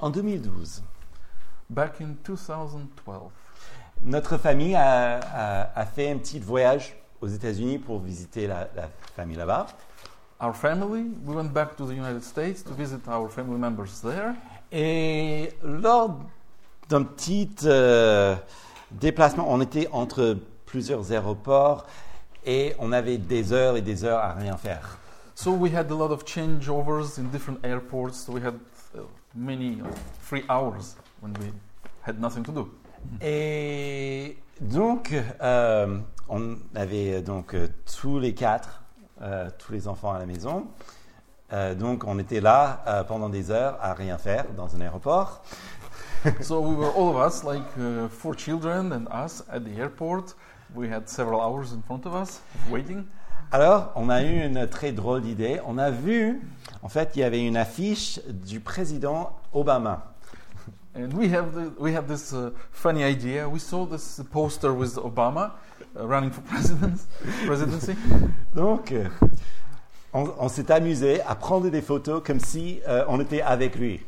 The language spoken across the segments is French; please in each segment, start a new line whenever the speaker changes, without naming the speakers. en 2012.
Back in 2012,
Notre famille a, a- a fait un petit voyage aux États-Unis pour visiter la, la famille là-bas.
our family, we went back to the United States to visit our family members there.
Et lors d'un petit euh, déplacement, on était entre plusieurs aéroports et on avait des heures et des heures à rien faire.
So we had a lot of changeovers in different airports. So we had uh, many, uh, three hours when we had nothing to do.
Et donc, euh, on avait donc euh, tous les quatre, euh, tous les enfants à la maison. Euh, donc, on était là euh, pendant des heures à rien faire dans un aéroport.
so we were all of us, like uh, four children and us, at the airport. We had several hours in front of us waiting.
Alors, on a eu une très drôle d'idée. On a vu, en fait, il y avait une affiche du président Obama.
And we have the, we had this uh, funny idea. We saw this poster with Obama uh, running for president, presidency.
Donc, euh, on, on s'est amusé à prendre des photos comme si euh, on était avec lui.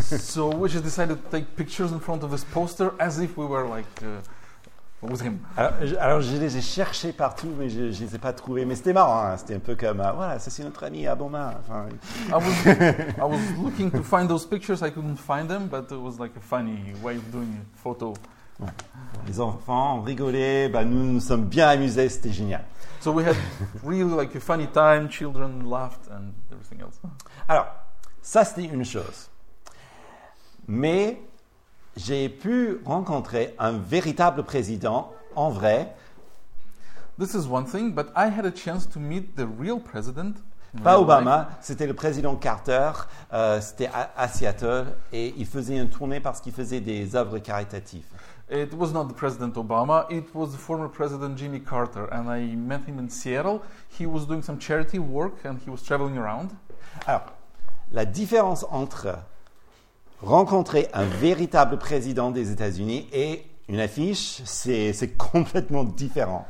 so we just decided to take pictures in front of this poster as if we were like uh, with him.
Alors, je, alors, je les ai cherchés partout, mais je ne les ai pas trouvés. Mais c'était marrant, hein. c'était un peu comme, euh, voilà, ça c'est notre ami Obama. Enfin,
I was I was looking to find those pictures. I couldn't find them, but it was like a funny way of doing a photo.
les enfants ont rigolé, bah, nous nous sommes bien amusés, c'était génial.
So we had really like a funny time. Children laughed and everything else.
Alors, ça c'était une chose. Mais j'ai pu rencontrer un véritable président en vrai,
This is one thing, but I had a chance to meet the real president. in
pas
real life.
Obama, c'était le président Carter, euh, c'était à, à Seattle, et il faisait une tournée parce qu'il faisait des œuvres caritatives.
It was not the President Obama, it was the former President Jimmy Carter, and I met him in Seattle. He was doing some charity work and he was traveling around.
Alors, la différence entre rencontrer un véritable président des États-Unis et une affiche, c'est c'est complètement différent.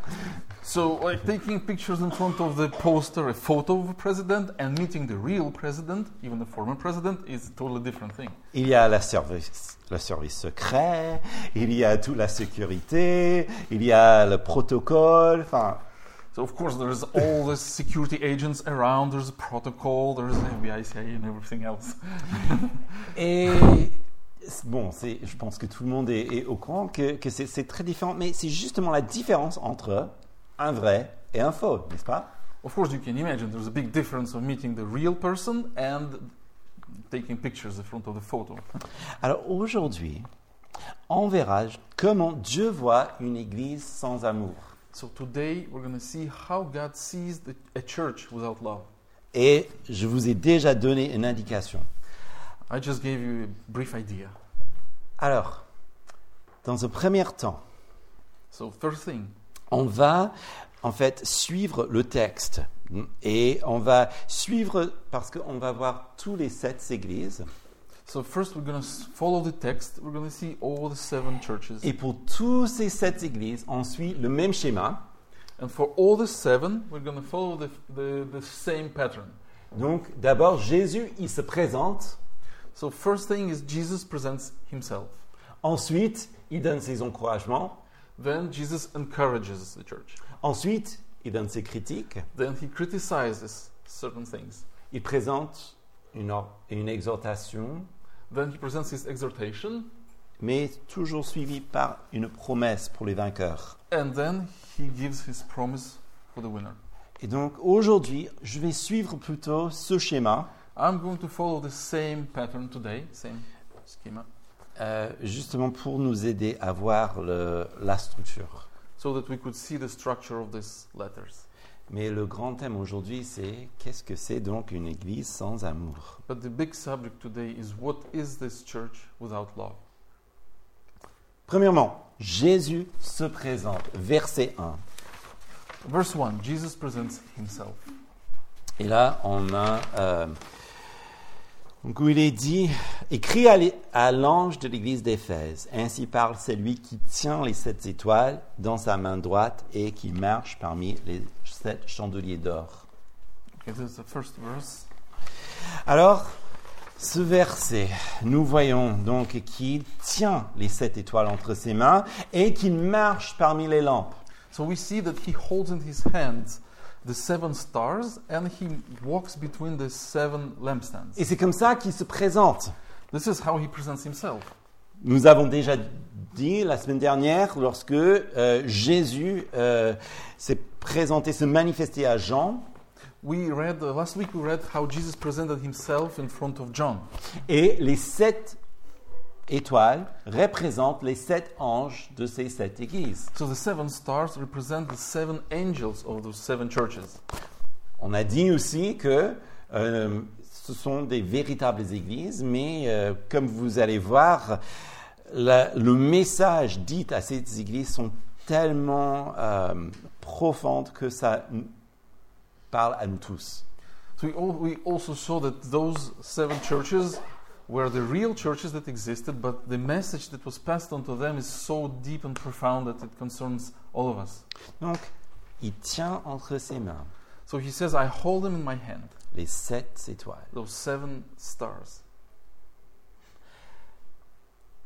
So, like taking pictures in front of the poster, a photo of a president, and meeting the real president, even the former president, is a totally different thing.
Il y a la service, le service secret, il y a toute la sécurité, il y a le protocole, enfin,
So, of course, there's all the security agents around, there's a protocol, there's the FBI, CIA, and everything else.
Et bon, c'est- je pense que tout le monde est, est au courant que, que c'est- c'est très différent, mais c'est justement la différence entre un vrai et un faux, n'est-ce pas
Of course, you can imagine there's a big difference of meeting the real person and taking pictures in front of the photo.
Alors aujourd'hui, on verra comment Dieu voit une église sans amour.
So today we're going to see how God sees the, a church without love.
Et je vous ai déjà donné une indication.
I just gave you a brief idea.
Alors, dans un premier temps,
So first thing,
on va en fait suivre le texte et on va suivre parce qu'on va voir tous les sept églises
so first we're going to follow the text. We're going to see all the seven churches,
et pour tous ces sept églises, on suit le même schéma.
and for all the seven, we're going to follow the, the the same pattern.
Donc d'abord Jésus, il se présente,
So first thing is Jesus presents himself.
ensuite il donne ses encouragements,
Then Jesus encourages the church.
ensuite il donne ses critiques,
Then he criticizes certain things.
il présente une, or- une exhortation,
Then he presents his exhortation,
mais toujours suivi par une promesse pour les vainqueurs.
and then he gives his promise for the winner.
Et donc aujourd'hui, je vais suivre plutôt ce schéma.
I'm going to follow the same pattern today, same schema,
Euh, justement pour nous aider à voir le- la structure.
so that we could see the structure of these letters.
Mais le grand thème aujourd'hui, c'est qu'est-ce que c'est donc une église sans amour
But the big subject today is what is this church without love?
Premièrement, Jésus se présente, verset 1.
Verse 1 Jesus presents himself.
Et là, on a... euh, donc où il est dit, écrit à l'é- à l'ange de l'église d'Éphèse, ainsi parle celui qui tient les sept étoiles dans sa main droite et qui marche parmi les sept chandeliers d'or.
Okay, this is the first verse.
Alors, ce verset, nous voyons donc qu'il tient les sept étoiles entre ses mains et qu'il marche parmi les lampes.
So we see that he holds in his hands the seven stars and he walks between the seven lampstands.
Et c'est comme ça qu'il se présente.
This is how he presents himself.
Nous avons déjà dit la semaine dernière, lorsque euh, Jésus euh, s'est présenté, se manifesté à Jean,
We read uh, last week we read how Jesus presented himself in front of John.
et les sept étoiles représentent les sept anges de ces sept églises.
So the seven stars represent the seven angels of those seven churches.
On a dit aussi que euh, ce sont des véritables églises, mais euh, comme vous allez voir, la- le message dit à ces églises sont tellement euh, profondes que ça nous parle à nous tous.
So we, all, we also saw that those seven churches were the real churches that existed, but the message that was passed on to them is so deep and profound that it concerns all of us.
Donc, il tient entre ses mains
So he says, I hold them in my hand,
les sept étoiles.
those seven stars.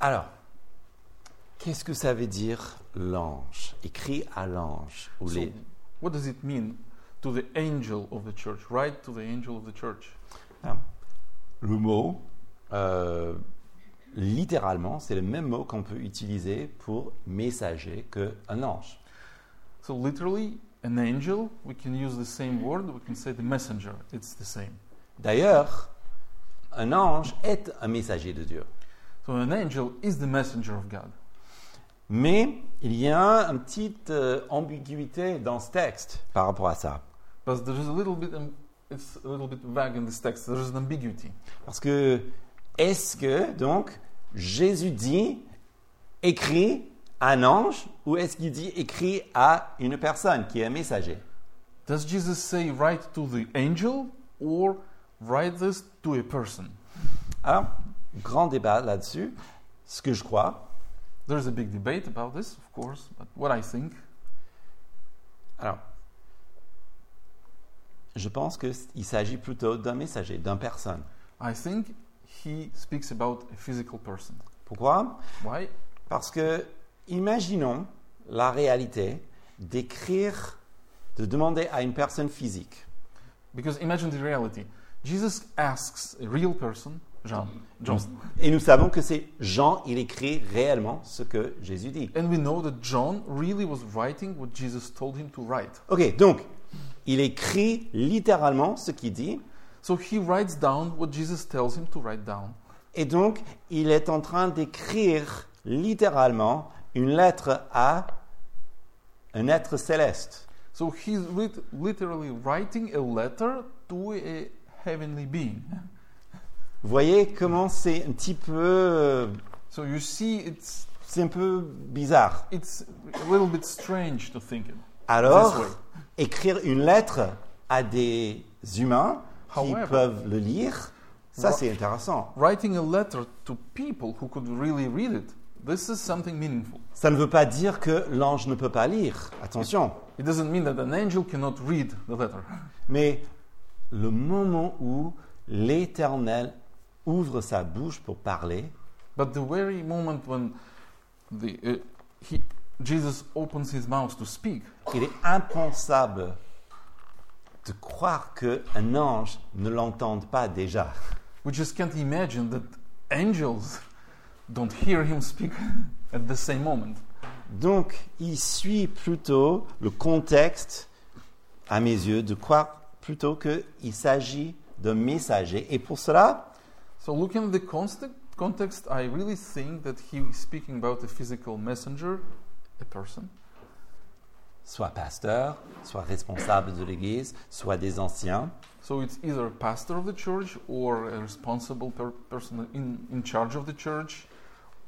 Alors, qu'est-ce que ça veut dire l'ange Écrit à l'ange ou
So
les-
what does it mean to the angel of the church? Write to the angel of the church.
le mot, euh, littéralement, c'est le même mot qu'on peut utiliser pour messager que un ange.
So literally, an angel, we can use the same word, we can say the messenger, it's the same.
D'ailleurs, un ange est un messager de Dieu.
So an angel is the messenger of God.
Mais il y a une petite euh, ambiguïté dans ce texte par rapport à ça.
But there is a little bit, um, it's a little bit vague in this text. There is an ambiguity.
Parce que est-ce que donc Jésus dit écrit à un ange ou est-ce qu'il dit écrit à une personne qui est un messager
Does Jesus say write to the angel or write this to a person?
Alors, grand débat là-dessus. Ce que je crois.
There is a big debate about this, of course, but what I think,
Alors, je pense qu'il s'agit plutôt d'un messager, d'une personne.
I think he speaks about a physical person.
Pourquoi
Why?
Parce que imaginons la réalité d'écrire, de demander à une personne physique
Because imagine the reality. Jesus asks a real person, John, John,
Et nous savons que c'est Jean, il écrit réellement ce que Jésus dit.
and we know that John really was writing what Jesus told him to write.
Ok, donc, il écrit littéralement ce qu'il dit,
So he writes down what Jesus tells him to write down.
et donc, il est en train d'écrire littéralement une lettre à un être céleste.
So he's lit- literally writing a letter to a heavenly being.
Vous voyez comment c'est un petit peu...
So you see, it's
C'est un peu bizarre.
it's a little bit strange to think it.
Alors,
This way.
écrire une lettre à des humains qui
However.
peuvent le lire, ça c'est intéressant.
Writing a letter to people who could really read it. This is something meaningful.
Ça ne veut pas dire que l'ange ne peut pas lire, attention.
It doesn't mean that an angel cannot read the letter.
Mais le moment où l'Éternel ouvre sa bouche pour parler,
But the very moment when the uh, he, Jesus opens his mouth to speak,
il est impensable de croire qu'un ange ne l'entende pas déjà.
we just can't imagine that angels don't hear him speak at the same moment.
Donc, il suit plutôt le contexte, à mes yeux, de croire plutôt qu'il s'agit d'un messager. Et pour cela,
So, looking at the context, context, I really think that he is speaking about a physical messenger, a person.
soit pasteur, soit responsable de l'Église, soit des anciens,
So it's either a pastor of the church or a responsible per- person in, in charge of the church,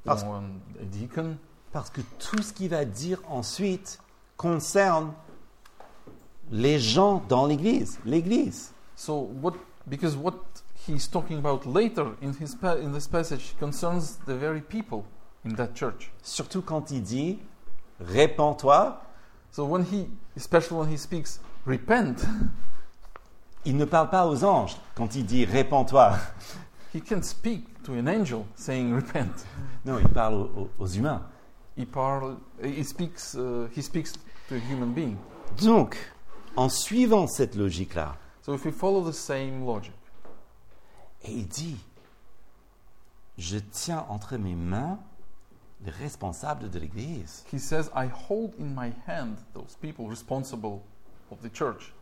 Parce-
or um, a deacon.
Parce que tout ce qu'il va dire ensuite concerne les gens dans l'Église, l'Église.
So what? Because what he's talking about later in his pa- in this passage concerns the very people in that church.
Surtout quand il dit répands-toi,
So when he, especially when he speaks, repent.
il ne parle pas aux anges quand il dit répands-toi.
He can speak to an angel saying, Repent.
Non, il parle aux, aux- aux humains.
He, parl- he, speaks, uh, he speaks to a human being.
Donc, en suivant cette logique-là,
So if we follow the same logic,
et il dit, je tiens entre mes mains les responsables de l'Église.
he says, I hold in my hand those people responsible of the church.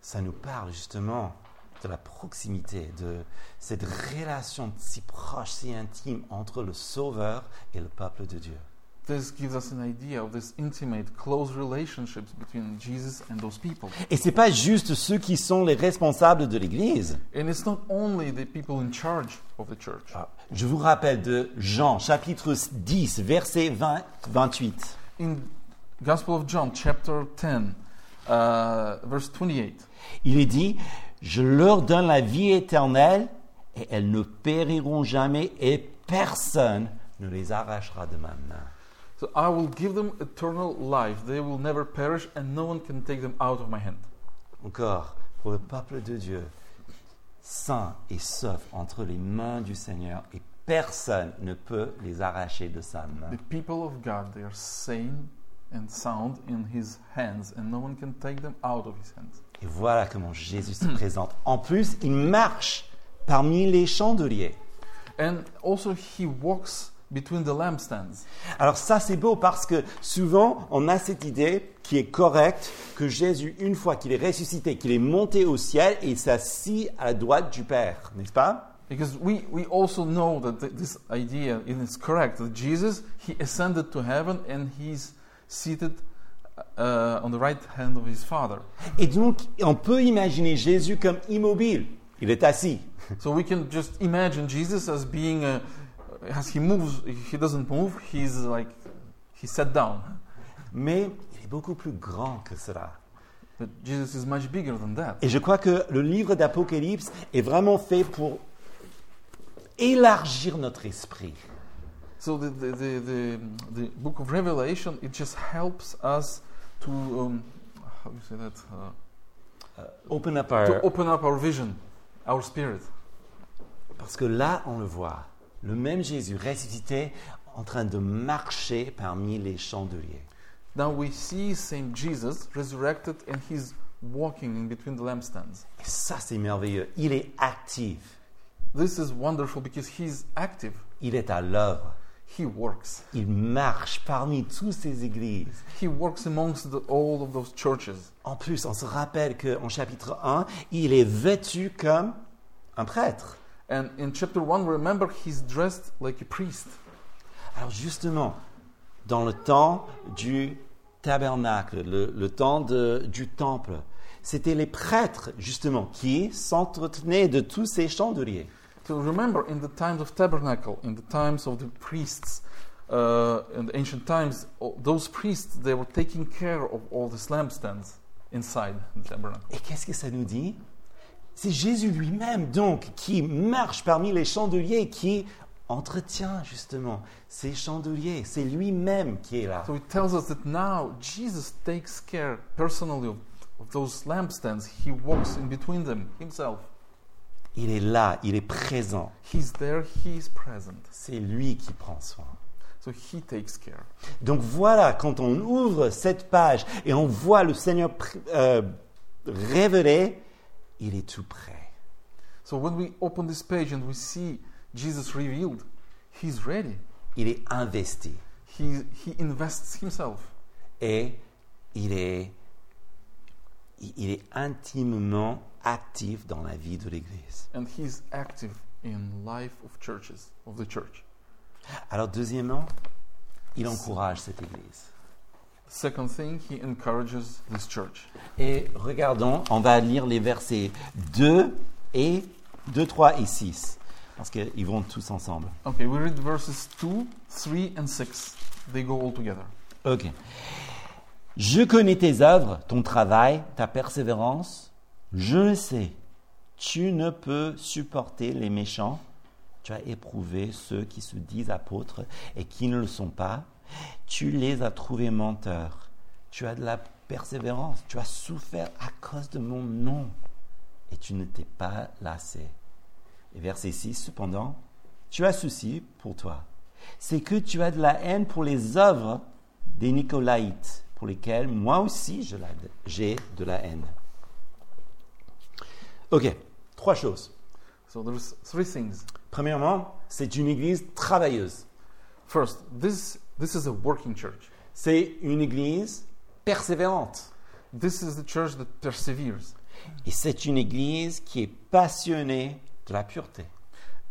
Ça nous parle justement de la proximité, de cette relation si proche, si intime entre le Sauveur et le peuple de Dieu.
This gives us an idea of this intimate, close relationships between Jesus and those people.
Et c'est pas juste ceux qui sont les responsables de l'Église.
And it's not only the people in charge of the church.
Ah, Je vous rappelle de Jean, chapitre 10, verset 20, 28.
In Gospel of John, chapter 10, uh, verse 28,
Il est dit, je leur donne la vie éternelle et elles ne périront jamais et personne ne les arrachera de ma main.
So I will give them eternal life. They will never perish, and no one can take them out of my hand.
Encore, pour le peuple de Dieu, saint et sauf entre les mains du Seigneur et personne ne peut les arracher de sa main.
The people of God, they are sane and sound in His hands, and no one can take them out of His hands.
Et voilà comment Jésus se présente. En plus, il marche parmi les chandeliers.
And also, He walks between the lampstands.
Alors ça c'est beau parce que souvent on a cette idée qui est correcte que Jésus, une fois qu'il est ressuscité, qu'il est monté au ciel, il s'assit à la droite du Père, n'est-ce pas
Because we, we also know that th- this idea is correct that Jesus, He ascended to heaven and He's seated uh, on the right hand of His Father.
Et donc on peut imaginer Jésus comme immobile. Il est assis.
So we can just imagine Jesus as being, a, as he moves, he doesn't move, he's like, he sat down.
Mais il est beaucoup plus grand que cela.
But Jesus is much bigger than that.
Et je crois que le livre d'Apocalypse est vraiment fait pour élargir notre esprit.
So the, the, the, the, the book of Revelation, it just helps us to, um, how do you say that? Uh,
Open up
to
our...
open up our vision, our spirit.
Parce que là, on le voit, le même Jésus ressuscité en train de marcher parmi les chandeliers.
Now we see same Jesus resurrected and he's walking in between the lampstands.
Et ça, c'est merveilleux. Il est actif,
This is wonderful because he's active,
il est à l'œuvre,
he works.
il marche parmi toutes ces églises.
He works amongst the, all of those churches.
En plus, on se rappelle qu'en chapitre 1, il est vêtu comme un prêtre.
And in chapter 1, remember, he's dressed like a priest.
Alors justement, dans le temps du tabernacle, le, le temps de- du temple, c'était les prêtres justement qui s'entretenaient de tous ces chandeliers.
So remember, in the times of tabernacle, in the times of the priests, uh, in the ancient times, o- those priests, they were taking care of all these lampstands inside the tabernacle.
Et qu'est-ce que ça nous dit C'est Jésus lui-même, donc, qui marche parmi les chandeliers, qui entretient justement ces chandeliers. C'est lui-même qui est là.
So it tells us that now Jesus takes care personally of, of those lampstands. He walks in between them himself.
Il est là, il est présent.
He's there, he's present.
C'est lui qui prend soin.
So he takes care.
Donc voilà, quand on ouvre cette page et on voit le Seigneur pr- euh, révélé, il est tout prêt.
So when we open this page and we see Jesus revealed, he's ready.
Il est investi
He, he invests himself.
et il est, il il est intimement actif dans la vie de l'Église.
And he's active in life of churches, of the church.
Alors deuxièmement, il encourage cette Église.
Second thing, he encourages this church.
Et regardons, on va lire les versets 2 et 2, 3 et 6, parce qu'ils vont tous ensemble.
Okay, we read verses 2, 3, and 6. They go all together.
Ok. Je connais tes œuvres, ton travail, ta persévérance. Je le sais. Tu ne peux supporter les méchants. Tu as éprouvé ceux qui se disent apôtres et qui ne le sont pas. Tu les as trouvés menteurs. Tu as de la persévérance. Tu as souffert à cause de mon nom. Et tu ne t'es pas lassé. Et verset 6, cependant, tu as souci pour toi. C'est que tu as de la haine pour les œuvres des Nicolaïtes, pour lesquelles moi aussi je la- j'ai de la haine. OK, trois choses.
So there's three things.
Premièrement, c'est une église travailleuse.
First, this this is a working church.
C'est une église persévérante.
This is the church that perseveres,
Et c'est une église qui est passionnée de la pureté.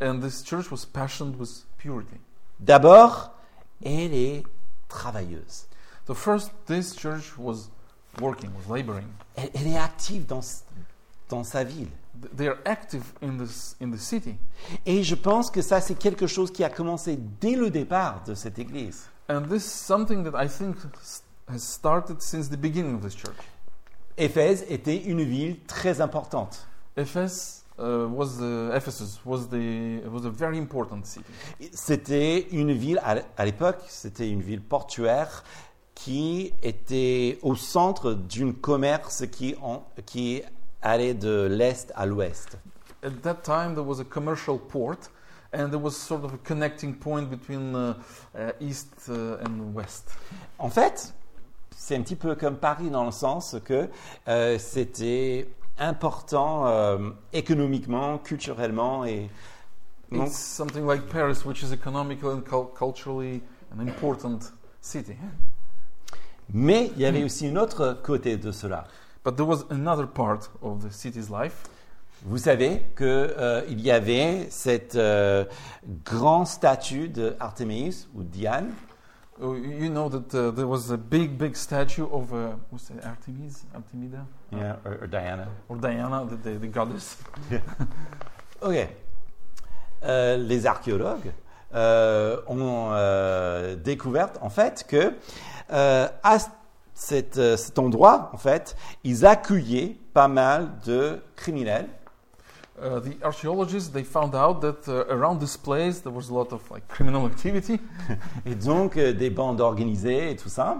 and this church was passionate with purity.
D'abord, elle est travailleuse.
So first, this church was working, was laboring.
Elle, elle est active dans, s- dans sa ville.
Th- They are active in this in the city,
Et je pense que ça, c'est quelque chose qui a commencé dès le départ de cette église.
and this is something that I think s- has started since the beginning of this church.
Éphèse était une ville très importante.
Ephes uh, was the Ephesus was the was a very important city.
C'était une ville, à l- à l'époque, c'était une ville portuaire qui était au centre d'une commerce qui, en- qui allait de l'est à l'ouest.
At that time, there was a commercial port, and there was sort of a connecting point between uh, uh, east uh, and west.
En fait, c'est un petit peu comme Paris dans le sens que euh, c'était important euh, économiquement, culturellement et donc,
It's something like Paris, which is economically and cul- culturally an important city.
mais il y avait aussi un autre côté de cela.
But there was another part of the city's life.
Vous savez qu'il y avait cette euh, grand statue de Artémis ou Diane
Uh, You know that uh, there was a big, big statue of uh, what's it, Artemis, Artemida,
Yeah, or- or Diana.
or Diana, the, the, the goddess.
Ok. Euh, les archéologues euh, ont euh, découvert en fait que euh, à c- cette, euh, cet endroit, en fait, ils accueillaient pas mal de criminels
Uh, the archaeologists they found out that uh, around this place there was a lot of like criminal activity.
et donc euh, des bandes organisées et tout ça.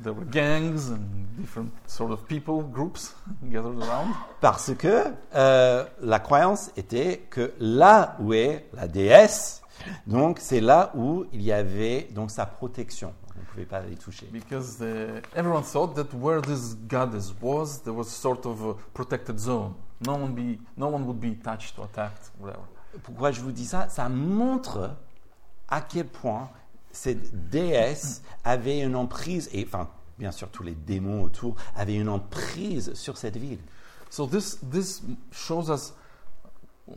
There were gangs and different sort of people groups gathered around
Parce que euh, la croyance était que là où est la déesse, donc c'est là où il y avait donc sa protection. On ne pouvait pas les toucher.
because uh, everyone thought that where this goddess was, there was sort of a protected zone. No one be, no one would be touched or attacked, whatever.
Pourquoi je vous dis ça Ça montre à quel point cette déesse avait une emprise, et enfin, bien sûr, tous les démons autour avaient une emprise sur cette ville.
So this this shows us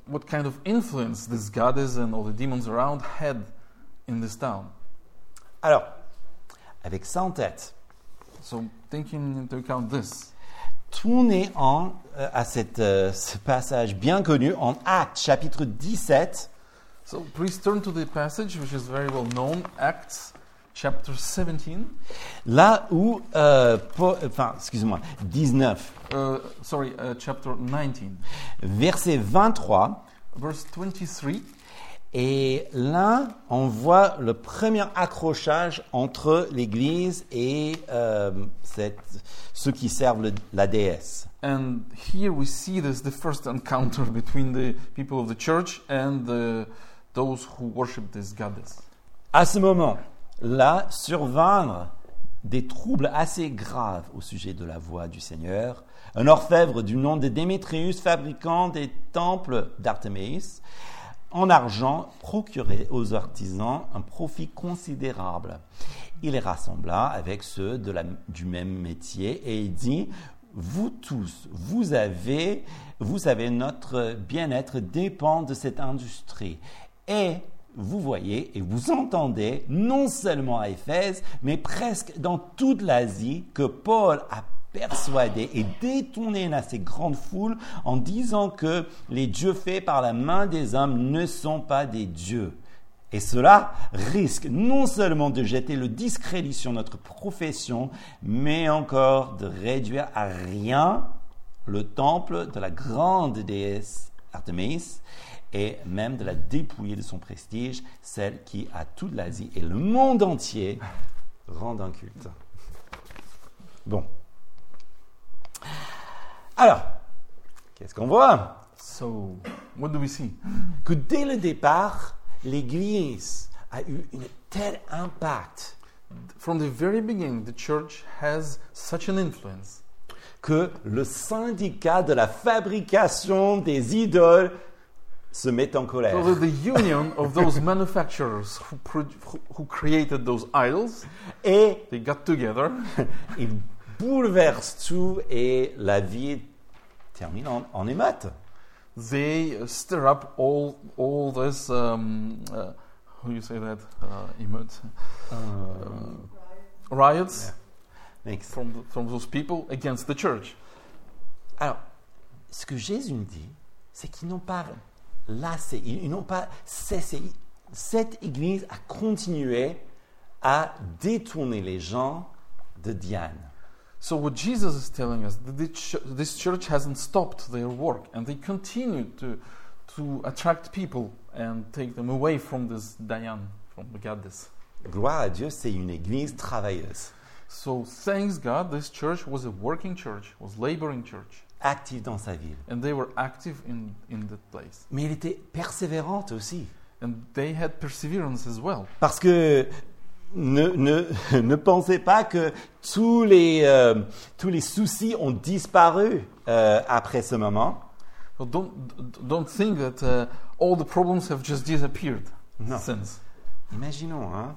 what kind of influence this goddess and all the demons around had in this town.
Alors, avec ça en tête,
So taking into account this,
tournez en, euh, à cette, euh, ce passage bien connu en Actes, chapitre 17.
so please turn to the passage which is very well known, Acts chapter 17.
Là où, euh, Po- enfin, excusez-moi, 19,
Uh, sorry, uh, chapter 19,
verset 23.
verse 23.
Et là, on voit le premier accrochage entre l'Église et euh, cette- ceux qui servent le- la déesse.
And here we see this the first encounter between the people of the church and the, those who worship this goddess.
À ce moment-là, survinrent des troubles assez graves au sujet de la voix du Seigneur. Un orfèvre du nom de Démétrius, fabricant des temples d'Artémis, en argent, procurait aux artisans un profit considérable. Il les rassembla avec ceux de la- du même métier et il dit Vous tous, vous avez, vous savez, notre bien-être dépend de cette industrie. Et vous voyez et vous entendez, non seulement à Éphèse, mais presque dans toute l'Asie, que Paul a persuadé et détourné à ces grandes foules en disant que les dieux faits par la main des hommes ne sont pas des dieux. Et cela risque non seulement de jeter le discrédit sur notre profession, mais encore de réduire à rien le temple de la grande déesse Artemis et même de la dépouiller de son prestige, celle qui à toute l'Asie et le monde entier rend un culte. Bon. Alors, qu'est-ce qu'on voit
So, what do we see?
que dès le départ, l'Église a eu un tel impact
From the very beginning, the church has such an influence
que le syndicat de la fabrication des idoles se met en colère.
So that the union of those manufacturers who, pro- who, who created those idols,
Et
they got together
il bouleverse tout et la vie termine en, en émeute.
they uh, stir up all all this um, uh, how you say that uh, emote
Euh,
riots
Next.
from the, from those people against the church.
Alors, ce que Jésus nous dit, c'est qu'ils n'ont pas lassé, ils, ils n'ont pas cessé. Cette Église a continué à détourner les gens de Diane.
So what Jesus is telling us that the ch- this church hasn't stopped their work and they continue to to attract people and take them away from this Dayan from the goddess.
Gloire à Dieu, c'est une Église travailleuse,
So thanks God, this church was a working church, was laboring church,
active dans sa ville.
and they were active in in that place,
Mais elle était persévérante aussi.
and they had perseverance as well.
Parce que ne, ne- ne pensez pas que tous les, euh, tous les soucis ont disparu euh, après ce moment.
So don't d- don't think that uh, all the problems have just disappeared
No.
since.
Imaginons hein,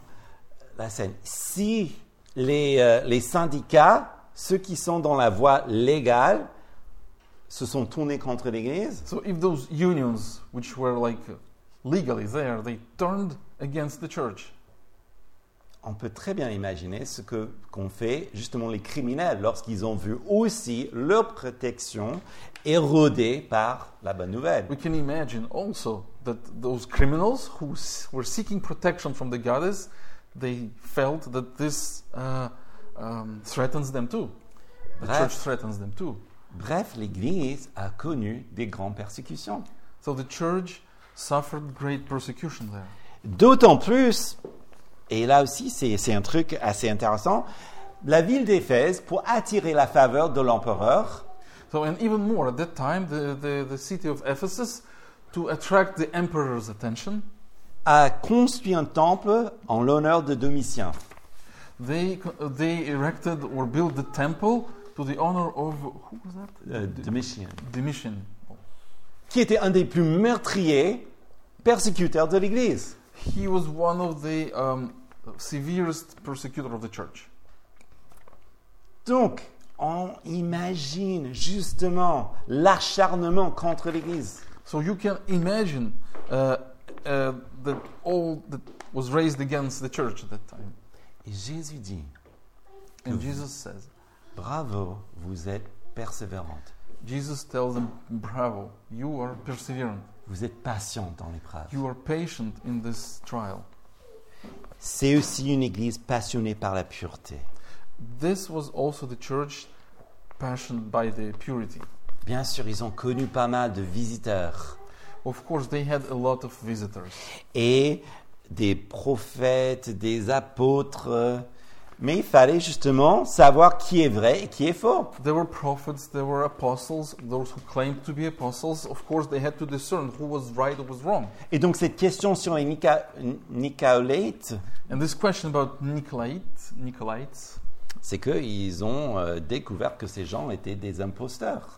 la scène. Si les, euh, les syndicats, ceux qui sont dans la voie légale, se sont tournés contre l'Église,
So if those unions, which were like uh, legally there, they turned against the church.
on peut très bien imaginer ce que qu'ont fait justement les criminels lorsqu'ils ont vu aussi leur protection érodée par la bonne nouvelle.
We can imagine also that those criminals who s- were seeking protection from the goddess, they felt that this uh, um, threatens them too. The
Right.
church threatens them too.
Bref, l'Église a connu des grandes persécutions.
So the church suffered great persecution there.
D'autant plus, et là aussi c'est c'est un truc assez intéressant, la ville d'Éphèse, pour attirer la faveur de l'empereur,
So, and even more, at that time, the, the, the city of Ephesus, to attract the emperor's attention,
a construit un temple en l'honneur de Domitien.
they, co- they erected or built the temple to the honor of, who was that?
euh, Domitien,
Domitian.
Qui était un des plus meurtriers persécuteurs de l'Église.
He was one of the um, severest persecutor of the church.
Donc, on imagine justement l'acharnement contre l'Église.
So you can imagine uh, uh, that all that was raised against the church at that time.
Et Jésus dit,
And Jesus says,
bravo, vous êtes persévérante.
Jesus tells them, bravo, you are perseverant.
Vous êtes patiente dans l'épreuve.
You are patient in this trial.
C'est aussi une église passionnée par la pureté.
This was also the church passioned by the purity.
Bien sûr, ils ont connu pas mal de visiteurs
Of course, they had a lot of visitors
et des prophètes, des apôtres. euh, Mais il fallait justement savoir qui est vrai et qui est faux.
There were prophets, there were apostles, those who claimed to be apostles. Of course, they had to discern who was right, who was wrong.
Et donc cette question sur les Nica- Nicolaïtes,
And this question about Nicolaites, Nicolaites,
c'est qu'ils ont euh, découvert que ces gens étaient des imposteurs.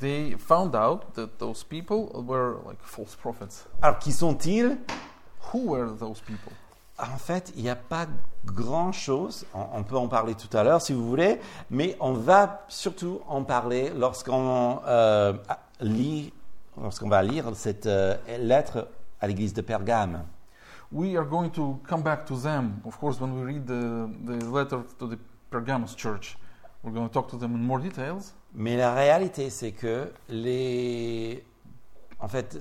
they found out that those people were like false prophets.
Alors qui sont-ils
Who were those people?
En fait, il n'y a pas grand-chose, on, on peut en parler tout à l'heure si vous voulez, mais on va surtout en parler lorsqu'on euh, a- lit, lorsqu'on va lire cette euh, lettre à l'église de Pergame.
We are going to come back to them, of course, when we read the, the letter to the Pergamos church. We're going to talk to them in more details.
Mais la réalité, c'est que les... En fait,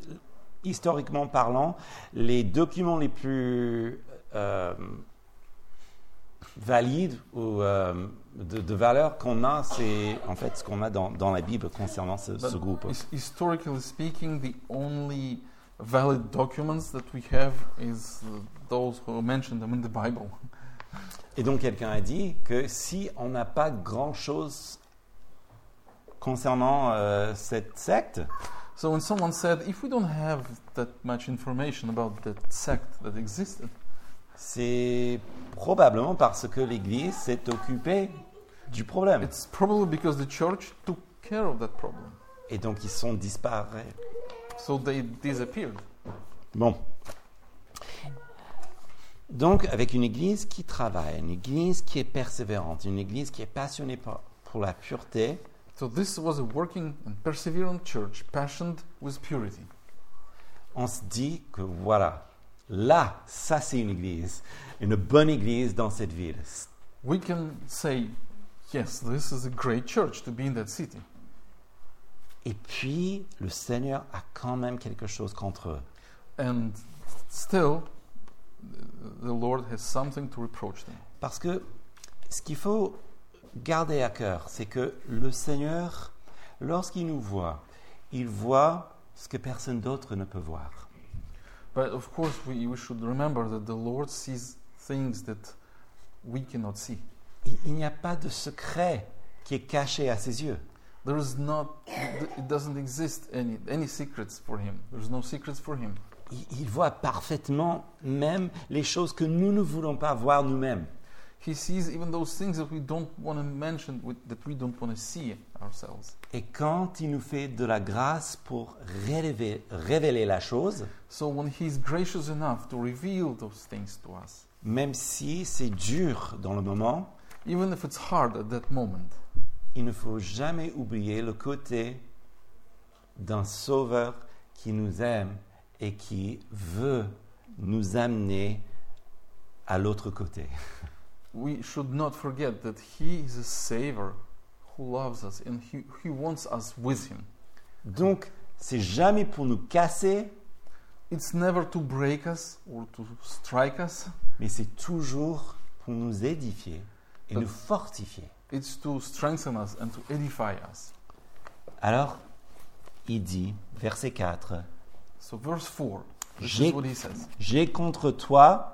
historiquement parlant, les documents les plus euh, valides ou euh, de, de valeur qu'on a, c'est en fait ce qu'on a dans, dans la Bible concernant ce, ce groupe.
His- historically speaking, the only valid documents that we have is uh, those who mention them in the Bible.
Et donc quelqu'un a dit que si on n'a pas grand-chose concernant euh, cette secte,
So when someone said, if we don't have that much information about that sect that existed,
C'est probablement parce que l'Église s'est occupée du problème.
it's probably because the church took care of that problem.
Et donc ils sont disparus.
So they disappeared.
Bon. Donc, avec une église qui travaille, une église qui est persévérante, une église qui est passionnée par- pour la pureté,
So this was a working and perseverant church, passionate with purity.
on se dit que voilà, là, ça c'est une église, une bonne église dans cette ville.
We can say, yes, this is a great church to be in that city.
Et puis, le Seigneur a quand même quelque chose contre eux.
And still, the Lord has something to reproach them.
Parce que ce qu'il faut garder à cœur, c'est que le Seigneur, lorsqu'il nous voit, il voit ce que personne d'autre ne peut voir.
But of course, we, we should remember that the Lord sees things that we cannot see.
Il, il n'y a pas de secret qui est caché à ses yeux.
There is not, it doesn't exist any, any secrets for Him. There's no secrets for Him.
Il, il voit parfaitement même les choses que nous ne voulons pas voir nous-mêmes.
He sees even those things that we don't want to mention, with, that we don't want to see ourselves.
Et quand il nous fait de la grâce pour révéler, révéler la chose,
So when He's gracious enough to reveal those things to us,
même si c'est dur dans le moment,
even if it's hard at that moment,
il ne faut jamais oublier le côté d'un sauveur qui nous aime et qui veut nous amener à l'autre côté.
we should not forget that He is a Savior who loves us and He, he wants us with Him.
Donc, c'est jamais pour nous casser,
It's never to break us or to strike us.
mais c'est toujours pour nous édifier et
Donc-
nous fortifier.
It's to strengthen us and to edify us.
Alors, il dit, verset 4,
So verse 4, this
J'ai-
is what he says.
J'ai contre toi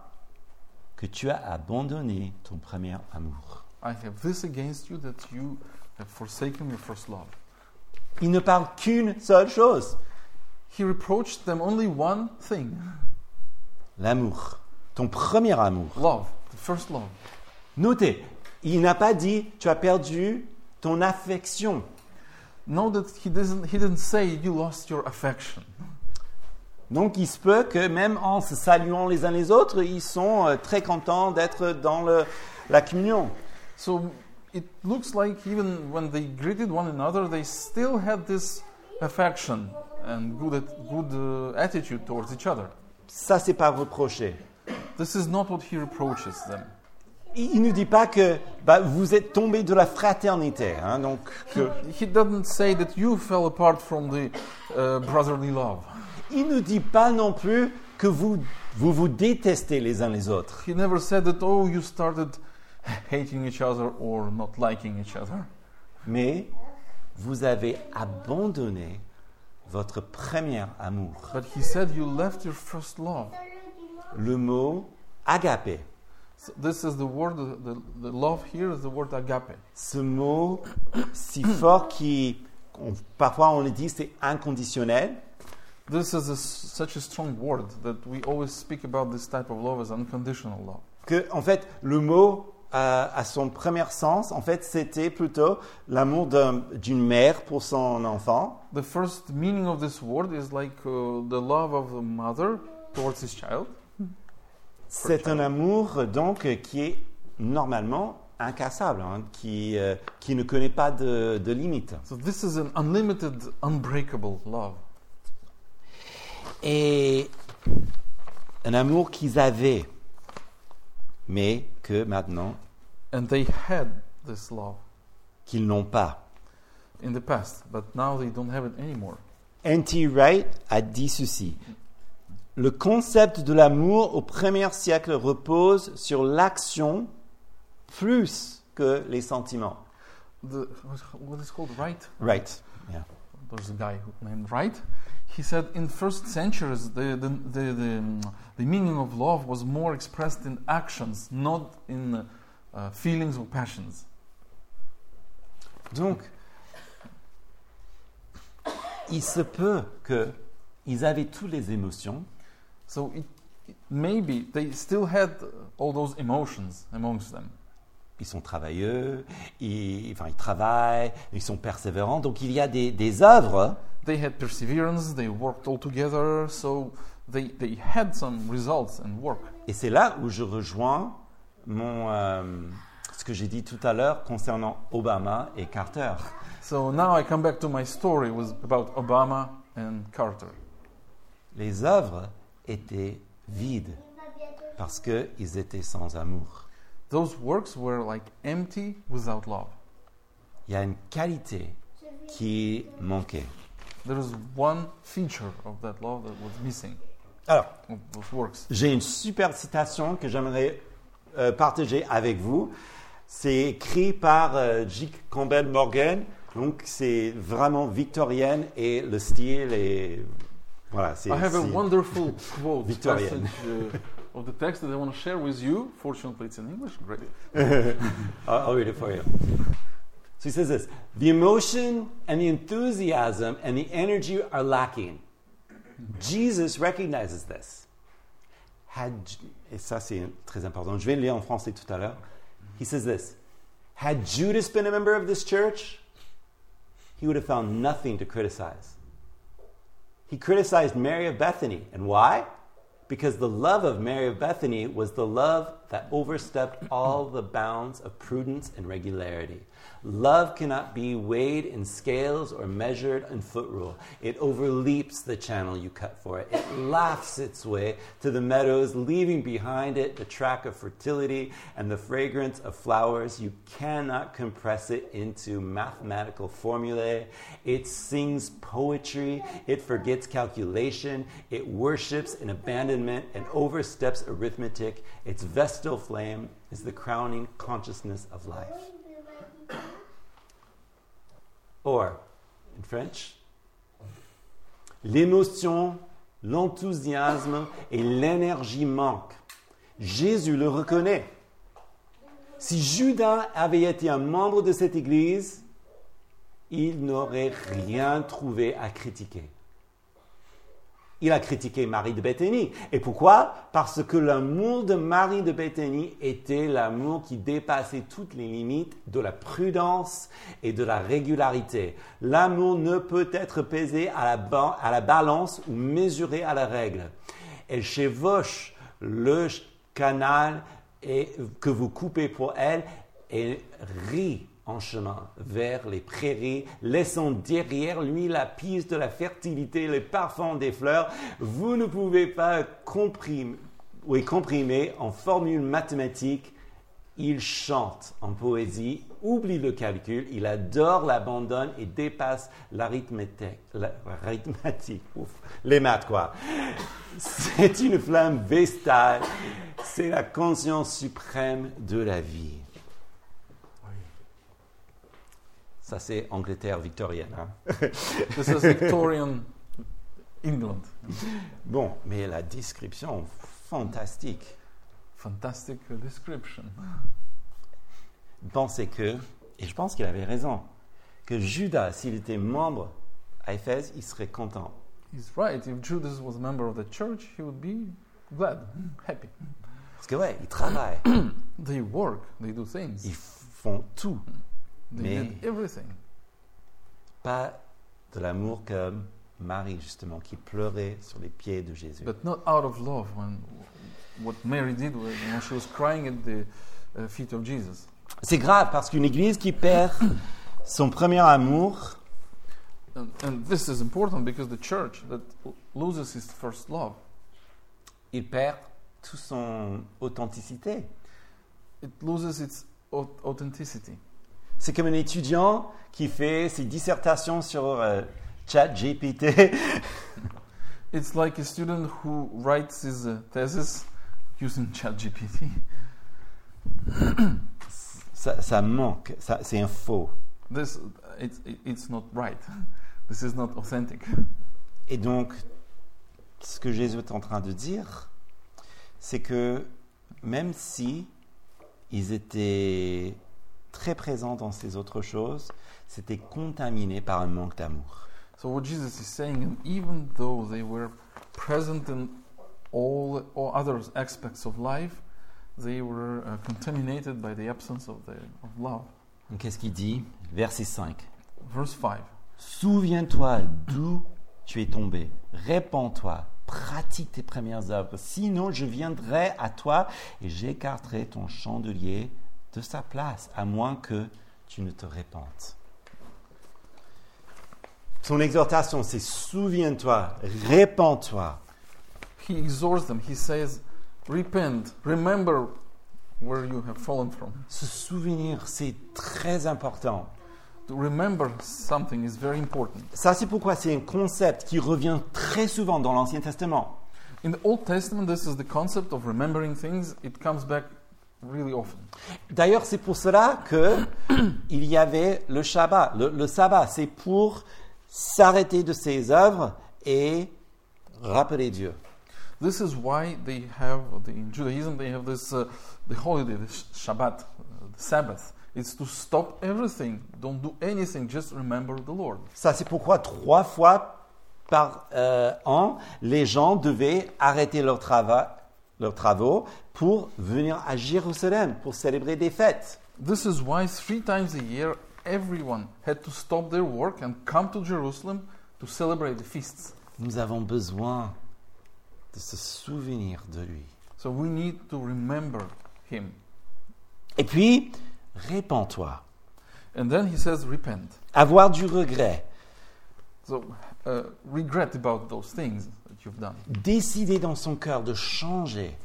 que tu as abandonné ton premier amour.
I have this against you that you have forsaken your first love.
Il ne parle qu'une seule chose,
He reproached them only one thing.
l'amour, ton premier amour.
Love, the first love.
Notez, il n'a pas dit tu as perdu ton affection.
Know that he doesn't he didn't say you lost your affection.
Donc il se peut que même en se saluant les uns les autres, ils sont euh, très contents d'être dans le- la communion.
So it looks like even when they greeted one another, they still had this affection and good, at- good uh, attitude towards each other.
Ça, c'est pas reproché.
This is not what he reproaches them.
Il ne dit pas que bah, vous êtes tombé de la fraternité. hein, donc que-
He doesn't say that you fell apart from the uh, brotherly love.
Il ne dit pas non plus que vous vous, vous détestez les uns les autres.
He never said that, oh, you started hating each other or not liking each other.
Mais vous avez abandonné votre premier amour.
But he said you left your first love.
Le mot agapé.
So this is the word, the, the love here is the word agape.
Ce mot si fort qui, on- parfois on le dit, c'est inconditionnel.
This is a s such a strong word that we always speak about this type of love as unconditional love.
Que, en fait, le mot euh, à son premier sens, en fait, c'était plutôt l'amour d'un- d'une mère pour son enfant.
The first meaning of this word is like uh, the love of a mother towards his child.
C'est un amour donc euh, qui est normalement incassable, hein, qui, euh, qui ne connaît pas de, de limite.
So this is an unlimited, unbreakable love.
Et un amour qu'ils avaient, mais que maintenant,
And they had this love
qu'ils n'ont pas.
in the past, but now they don't have it anymore.
N.T. Wright a dit ceci. Le concept de l'amour au premier siècle repose sur l'action plus que les sentiments.
The, what- what is called right?
Wright. Yeah.
There's a guy who named Wright. He said in first centuries the the, the, the, mm, the meaning of love was more expressed in actions, not in uh, feelings or passions.
Donc, il se peut que ils avaient toutes les émotions,
So it, it- maybe they still had all those emotions amongst them.
ils sont travailleux, ils, enfin, ils travaillent, ils sont persévérants, donc il y a des, des œuvres
They had perseverance, they worked all together, so they, they had some results and work.
Et c'est là où je rejoins mon, euh, ce que j'ai dit tout à l'heure concernant Obama et Carter.
So now I come back to my story was about Obama and Carter.
Les œuvres étaient vides parce qu'ils étaient sans amour.
Those works were like empty without love.
Il y a une qualité qui manquait.
There is one feature of that love that was missing
Alors,
of those works.
j'ai une super citation que j'aimerais euh, partager avec vous. C'est écrit par euh, J. Campbell Morgan. Donc, c'est vraiment victorienne et le style est. Voilà, c'est.
I have a
c'est-
wonderful quote
Victorian.
passage uh, of the text that I want to share with you. Fortunately, it's in English. Great.
I'll, I'll read it for you. So he says this The emotion and the enthusiasm and the energy are lacking. Jesus recognizes this. Had, et ça, c'est très important. Je vais le lire en français tout à l'heure. He says this Had Judas been a member of this church, he would have found nothing to criticize. He criticized Mary of Bethany. And why? Because the love of Mary of Bethany was the love that overstepped all the bounds of prudence and regularity. Love cannot be weighed in scales or measured in foot rule. It overleaps the channel you cut for it. It laughs its way to the meadows, leaving behind it the track of fertility and the fragrance of flowers. You cannot compress it into mathematical formulae. It sings poetry, it forgets calculation, it worships in abandonment and oversteps arithmetic. Its vestal flame is the crowning consciousness of life. Or, in French, l'émotion, l'enthousiasme et l'énergie manquent. Jésus le reconnaît. Si Judas avait été un membre de cette Église, il n'aurait rien trouvé à critiquer. Il a critiqué Marie de Béthanie. Et pourquoi Parce que l'amour de Marie de Béthanie était l'amour qui dépassait toutes les limites de la prudence et de la régularité. L'amour ne peut être pesé à la, ban- à la balance ou mesuré à la règle. Elle chevauche le ch- canal et- que vous coupez pour elle et rit en chemin vers les prairies, laissant derrière lui la piste de la fertilité, les parfums des fleurs. Vous ne pouvez pas comprimer, oui, comprimer en formules mathématiques. Il chante en poésie, oublie le calcul, il adore, l'abandonne et dépasse l'arithmétique. La, l'arithmétique, ouf, les maths, quoi. C'est une flamme vestale, c'est la conscience suprême de la vie. Ça, c'est Angleterre victorienne. hein.
This is Victorian England.
Bon, mais la description, fantastique.
Fantastic uh, description.
Pensez que, et je pense qu'il avait raison, que Judas, s'il était membre à Éphèse, il serait content.
He's right. If Judas was a member of the church, he would be glad, happy.
Parce que, ouais, ils travaillent,
They work, they do things,
ils font tout,
they
Mais-
did everything.
pas de l'amour comme Marie, justement, qui pleurait sur les pieds de Jésus.
But not out of love. When what Mary did was when she was crying at the uh, feet of Jesus.
C'est grave parce qu'une église qui perd son premier amour,
And, and this is important because the church that l- loses its first love,
il perd toute son authenticité.
it loses its au- authenticity.
C'est comme un étudiant qui fait ses dissertations sur euh, ChatGPT.
It's like a student who writes his uh, thesis using ChatGPT.
ça, ça manque, ça, c'est un faux.
This it's it's not right. This is not authentic.
Et donc, ce que Jésus est en train de dire, c'est que même si ils étaient très présents dans ces autres choses, c'était contaminé par un manque d'amour.
So what Jesus is saying, and even though they were present in all, all other aspects of life, they were uh, contaminated by the absence of, the, of love.
Donc, Qu'est-ce qu'il dit Verset 5.
Verse 5.
Souviens-toi d'où tu es tombé. Répands-toi. Pratique tes premières œuvres. Sinon, je viendrai à toi et j'écarterai ton chandelier de sa place, à moins que tu ne te répandes. Son exhortation, c'est souviens-toi, répands-toi.
He exhorts them. He says, Repent, remember where you have fallen from.
Se souvenir, c'est très important.
To remember something is very important.
Ça, c'est pourquoi c'est un concept qui revient très souvent dans l'Ancien Testament.
In the Old Testament, this is the concept of remembering things. It comes back really often.
D'ailleurs, c'est pour cela que il y avait le Shabbat, le, le sabbat. C'est pour s'arrêter de ses œuvres et rappeler Dieu.
This is why they have the, in Judaism they have this uh, the holiday, the sh- Shabbat, uh, the Sabbath. It's to stop everything. Don't do anything. Just remember the Lord.
Ça, c'est pourquoi trois fois par euh, an, les gens devaient arrêter leur trava- leurs travaux pour venir à Jérusalem, pour célébrer des fêtes.
This is why three times a year everyone had to stop their work and come to Jerusalem to celebrate the feasts.
Nous avons besoin de se souvenir de lui.
So we need to remember Him.
Et puis, répands-toi.
And then he says, repent.
Avoir du regret.
So uh, regret about those things that you've done.
Décider dans son cœur de changer.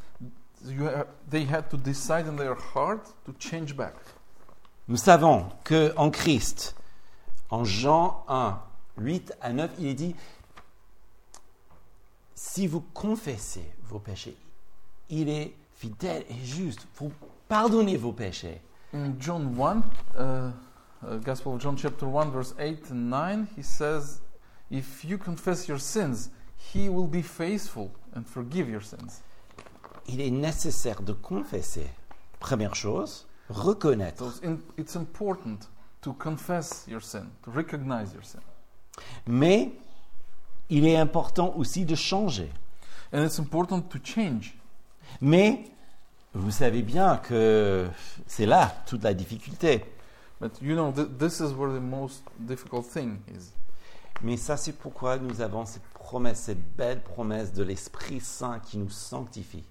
You ha they had to decide in their heart to change back.
Nous savons que en Christ, en Jean 1, 8 à 9, il est dit Si vous confessez vos péchés, il est fidèle et juste pour pardonner vos péchés
In John 1, uh, uh, Gospel of John, chapter 1, verse 8 and 9, he says, If you confess your sins, he will be faithful and forgive your sins.
il est nécessaire de confesser. Première chose, reconnaître.
So it's, in, it's important to confess your sin, to recognize your sin.
Mais il est important aussi de changer.
And it's important to change.
Mais vous savez bien que c'est là toute la difficulté.
But you know, th- this is where the most difficult thing is.
Mais ça, c'est pourquoi nous avons cette promesse, cette belle promesse de l'Esprit Saint qui nous sanctifie.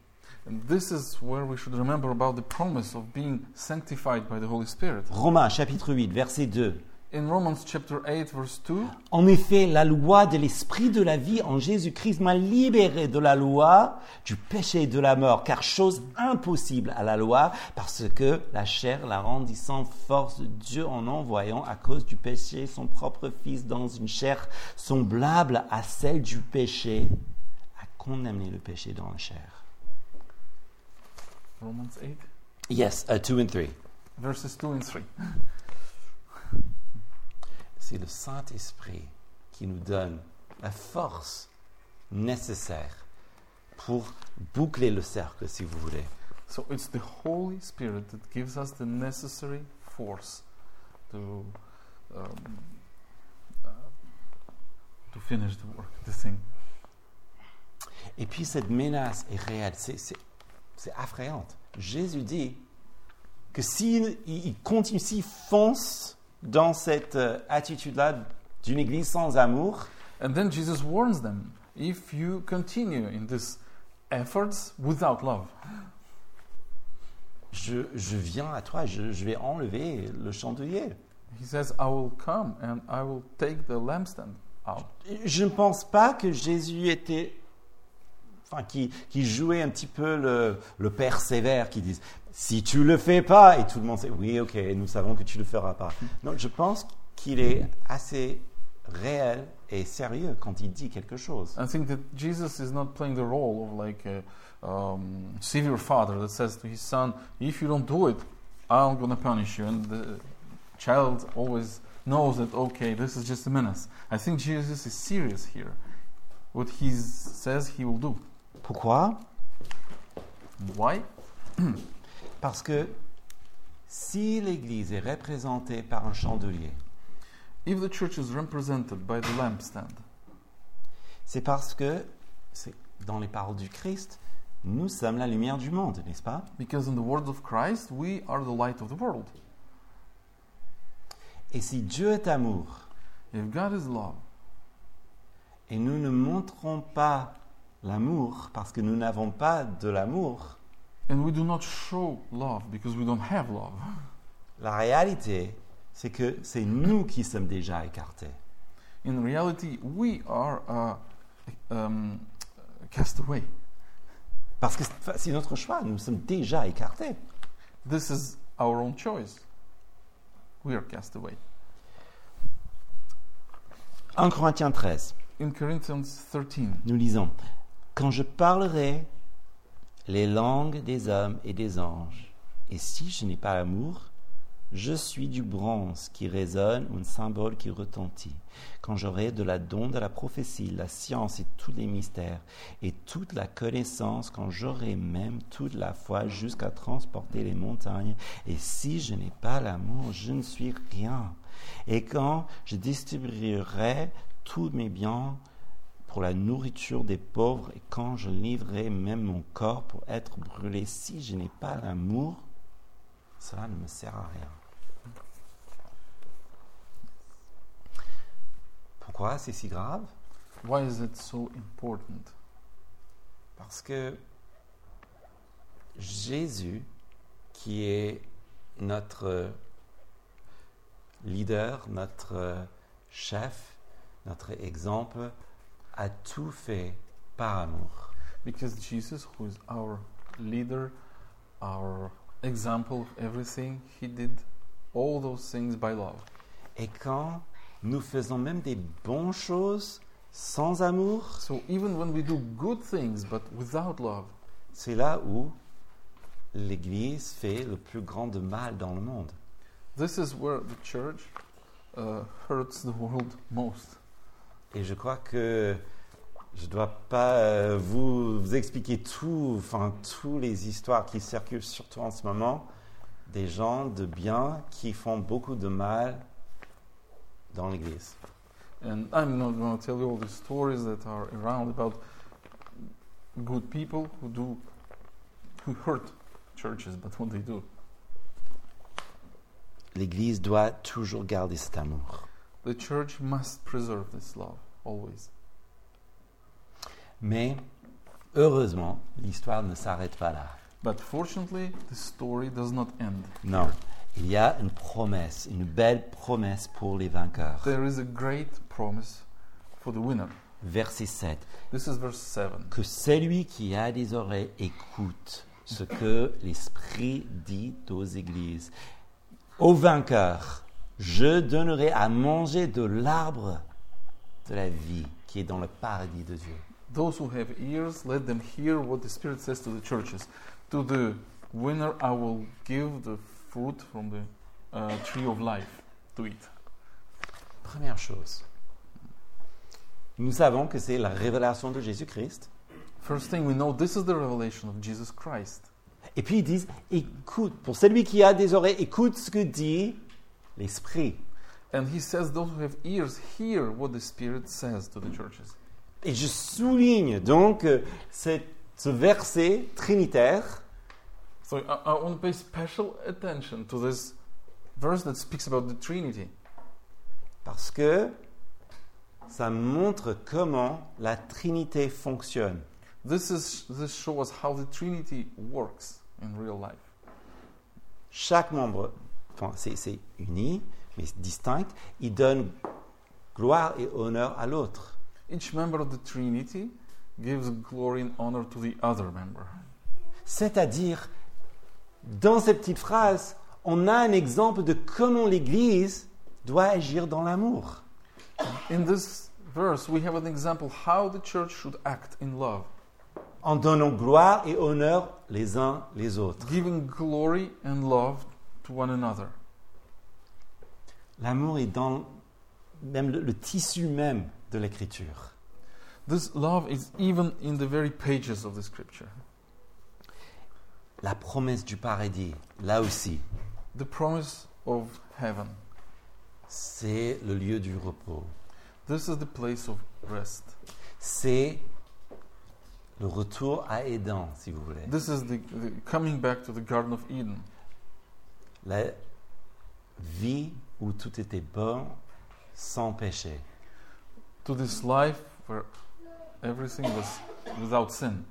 And this is where we should remember about the promise of being sanctified by the Holy Spirit.
Romains chapitre 8, verset 2.
In Romans chapter 8, verse 2,
En effet, la loi de l'Esprit de la vie en Jésus-Christ m'a libéré de la loi du péché et de la mort, car chose impossible à la loi, parce que la chair la rendit sans force de Dieu en envoyant à cause du péché son propre Fils dans une chair semblable à celle du péché, a condamné le péché dans la chair.
Romans 8,
Yes, 2 and 3.
verses 2 and 3.
C'est le Saint-Esprit qui nous donne la force nécessaire pour boucler le cercle, si vous voulez.
So it's the Holy Spirit that gives us the necessary force to um, uh, to finish the work, the thing.
Et puis cette menace est réelle, c'est, c'est, c'est affrayante. Jésus dit que s'il il- il continue, s'il fonce dans cette euh, attitude-là d'une Église sans amour,
And then Jesus warns them: if you continue in these efforts without love,
je, je viens à toi, je, je vais enlever le chandelier.
he says, "I will come and I will take the lampstand out."
Je ne pense pas que Jésus était. Enfin, qui, qui jouait un petit peu le, le père sévère, qui disent Si tu le fais pas, et tout le monde sait Oui, ok, nous savons que tu le feras pas. Non, je pense qu'il est assez réel et sérieux quand il dit quelque chose.
I think that Jesus is not playing the role of like a um, severe father that says to his son, "If you don't do it, I'm gonna punish you." And the child always knows that okay, this is just a menace. I think Jesus is serious here. What he s- says he will do.
Pourquoi
Why?
Parce que si l'Église est représentée par un chandelier,
If the church is represented by the lampstand,
C'est parce que, c'est dans les paroles du Christ, nous sommes la lumière du monde, n'est-ce pas
because in the words of Christ, we are the light of the world.
Et si Dieu est amour,
If God is love,
et nous ne montrons pas l'amour parce que nous n'avons pas de l'amour,
and we do not show love because we don't have love,
la réalité, c'est que c'est nous qui sommes déjà écartés.
in reality, we are uh, um, cast away.
Parce que c'est- c'est notre choix, nous sommes déjà écartés.
This is our own choice. We are cast away.
1 Corinthiens 13,
In Corinthians 13,
nous lisons Quand je parlerai les langues des hommes et des anges, et si je n'ai pas l'amour, je suis du bronze qui résonne ou une symbole qui retentit. Quand j'aurai de la don de la prophétie, la science et tous les mystères, et toute la connaissance, quand j'aurai même toute la foi jusqu'à transporter les montagnes, et si je n'ai pas l'amour, je ne suis rien. Et quand je distribuerai tous mes biens, pour la nourriture des pauvres et quand je livrerai même mon corps pour être brûlé, si je n'ai pas l'amour, cela ne me sert à rien. Pourquoi c'est si grave
why is it so important?
Parce que Jésus, qui est notre leader, notre chef, notre exemple, a tout fait par amour.
Because Jesus, who is our leader, our example of everything, he did all those things by love.
Et quand nous faisons même des bonnes choses sans amour,
So even when we do good things but without love,
c'est là où l'Église fait le plus grand de mal dans le monde.
this is where the church uh, hurts the world most.
Et je crois que je ne dois pas euh, vous, vous expliquer tout, enfin, toutes les histoires qui circulent, surtout en ce moment, des gens de bien qui font beaucoup de mal dans l'Église.
And I'm not going to tell you all the stories that are around about good people who do who hurt churches, but what they do.
L'Église doit toujours garder cet amour.
The church must preserve this love always.
Mais heureusement, l'histoire ne s'arrête pas là.
But fortunately, the story does not end.
Non, il y a une promesse, une belle promesse pour les vainqueurs.
There is a great promise for the winner.
Verset 7.
This is verse 7.
Que celui qui a des oreilles écoute ce que l'Esprit dit aux églises. Aux vainqueurs, je donnerai à manger de l'arbre de la vie qui est dans le paradis de Dieu.
Those who have ears, let them hear what the Spirit says to the churches. To the winner, I will give the fruit from the uh, tree of life to eat.
Première chose. Nous savons que c'est la révélation de Jésus-Christ.
First thing we know, this is the revelation of Jesus Christ.
Et puis ils disent, écoute, pour celui qui a des oreilles, écoute ce que dit l'Esprit.
And he says, Those who have ears, hear what the Spirit says to the churches.
Et je souligne donc euh, cette- ce verset trinitaire
So I, I want to pay special attention to this verse that speaks about the Trinity.
parce que ça montre comment la Trinité fonctionne.
This, is, this shows us how the Trinity works in real life.
Chaque membre, enfin, c'est c'est uni, mais distinct, il donne gloire et honneur à l'autre.
Each member of the Trinity gives glory and honor to the other member.
C'est-à-dire, dans cette petite phrase, on a un exemple de comment l'Église doit agir dans l'amour.
In this verse, we have an example how the church should act in love,
en donnant gloire et honneur les uns les autres.
giving glory and love to one another.
L'amour est dans même le, le tissu même de l'écriture.
This love is even in the very pages of the scripture.
La promesse du paradis, là aussi.
The promise of heaven.
c'est le lieu du repos.
This is the place of rest.
C'est le retour à Éden, si vous voulez.
This is the, the coming back to the Garden of Eden,
La vie où tout était bon, sans péché.
to this life where everything was without sin,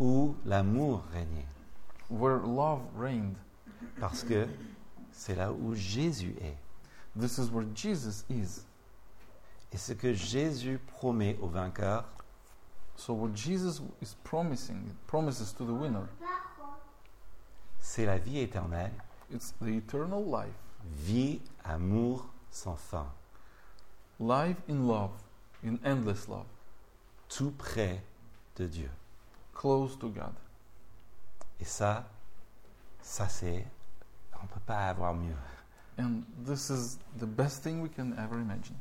où l'amour régnait.
where love reigned.
Parce que c'est là où Jésus est.
This is where Jesus is.
Et ce que Jésus promet aux vainqueurs,
So what Jesus is promising, promises to the winner,
c'est la vie éternelle,
it's the eternal life,
vie, amour sans fin,
life in love, in endless love,
tout près de Dieu.
close to God.
Et ça, ça c'est... On ne peut pas avoir mieux.
And this is the best thing we can ever imagine.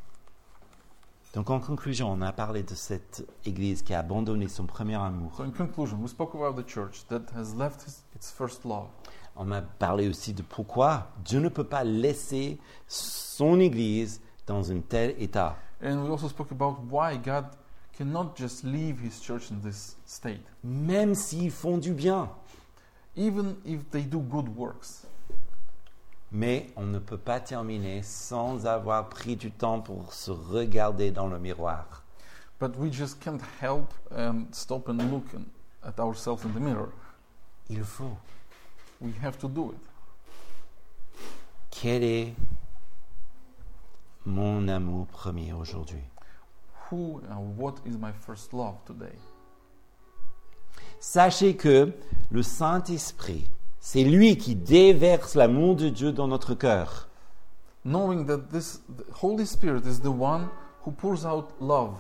Donc en conclusion, on a parlé de cette Église qui a abandonné son premier amour.
So in conclusion, we spoke about the church that has left his, its first love.
On a parlé aussi de pourquoi Dieu ne peut pas laisser son Église dans un tel état.
And we also spoke about why God cannot just leave his church in this state,
Même s'ils font du bien.
even if they do good works.
Mais on ne peut pas terminer sans avoir pris du temps pour se regarder dans le miroir.
But we just can't help and stop and look and- at ourselves in the mirror.
Il faut.
We have to do it.
Quel est mon amour premier aujourd'hui
Who and what is my first love today?
Sachez que le Saint-Esprit, c'est lui qui déverse l'amour de Dieu dans notre cœur.
Knowing that this the Holy Spirit is the one who pours out love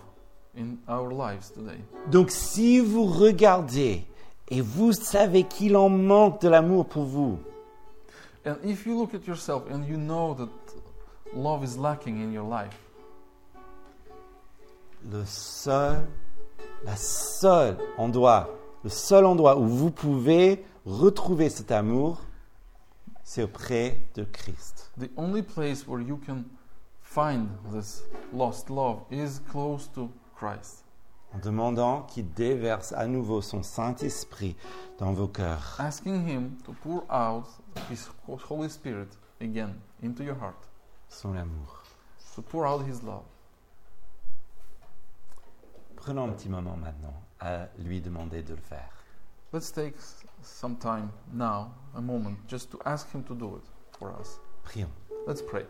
in our lives today.
Donc si vous regardez et vous savez qu'il en manque de l'amour pour vous,
And if you look at yourself and you know that love is lacking in your life,
le seul, la seule endroit, le seul endroit où vous pouvez retrouver cet amour, c'est auprès de Christ.
the only place where you can find this lost love is close to Christ.
En demandant qu'il déverse à nouveau son Saint-Esprit dans vos cœurs.
Asking Him to pour out His Holy Spirit again into your heart,
Son amour.
to pour out His love.
Prenons un petit moment maintenant à lui demander de le faire.
Let's take s- some time now, a moment, just to ask Him to do it for us.
Prions.
Let's pray.